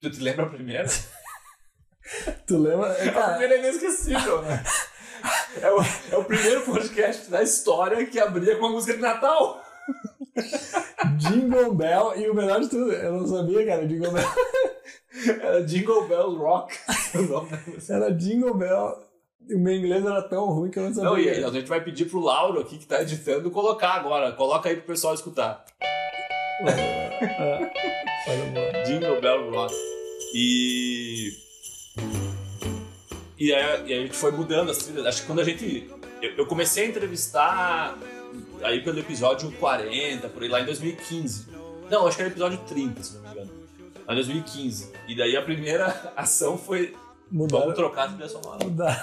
Tu te lembra a primeira? Tu lembra? É, A Cara, primeira é inesquecível, né? É o, é o primeiro podcast da história que abria com uma música de Natal. Jingle Bell e o melhor de tudo, eu não sabia, cara, Jingle Bell. Era Jingle Bell Rock. o nome da música. Era Jingle Bell. O meu inglês era tão ruim que eu não sabia. Não, e é a gente vai pedir pro Lauro aqui que tá editando colocar agora. Coloca aí pro pessoal escutar. É. Olha, boa. Jingle Bell Rock. E. E aí, e aí a gente foi mudando as trilhas. Acho que quando a gente. Eu, eu comecei a entrevistar aí pelo episódio 40, por aí lá em 2015. Não, acho que era episódio 30, se não me engano. Lá em 2015. E daí a primeira ação foi. Mudaram, Vamos trocar a trilha sonora. mudaram,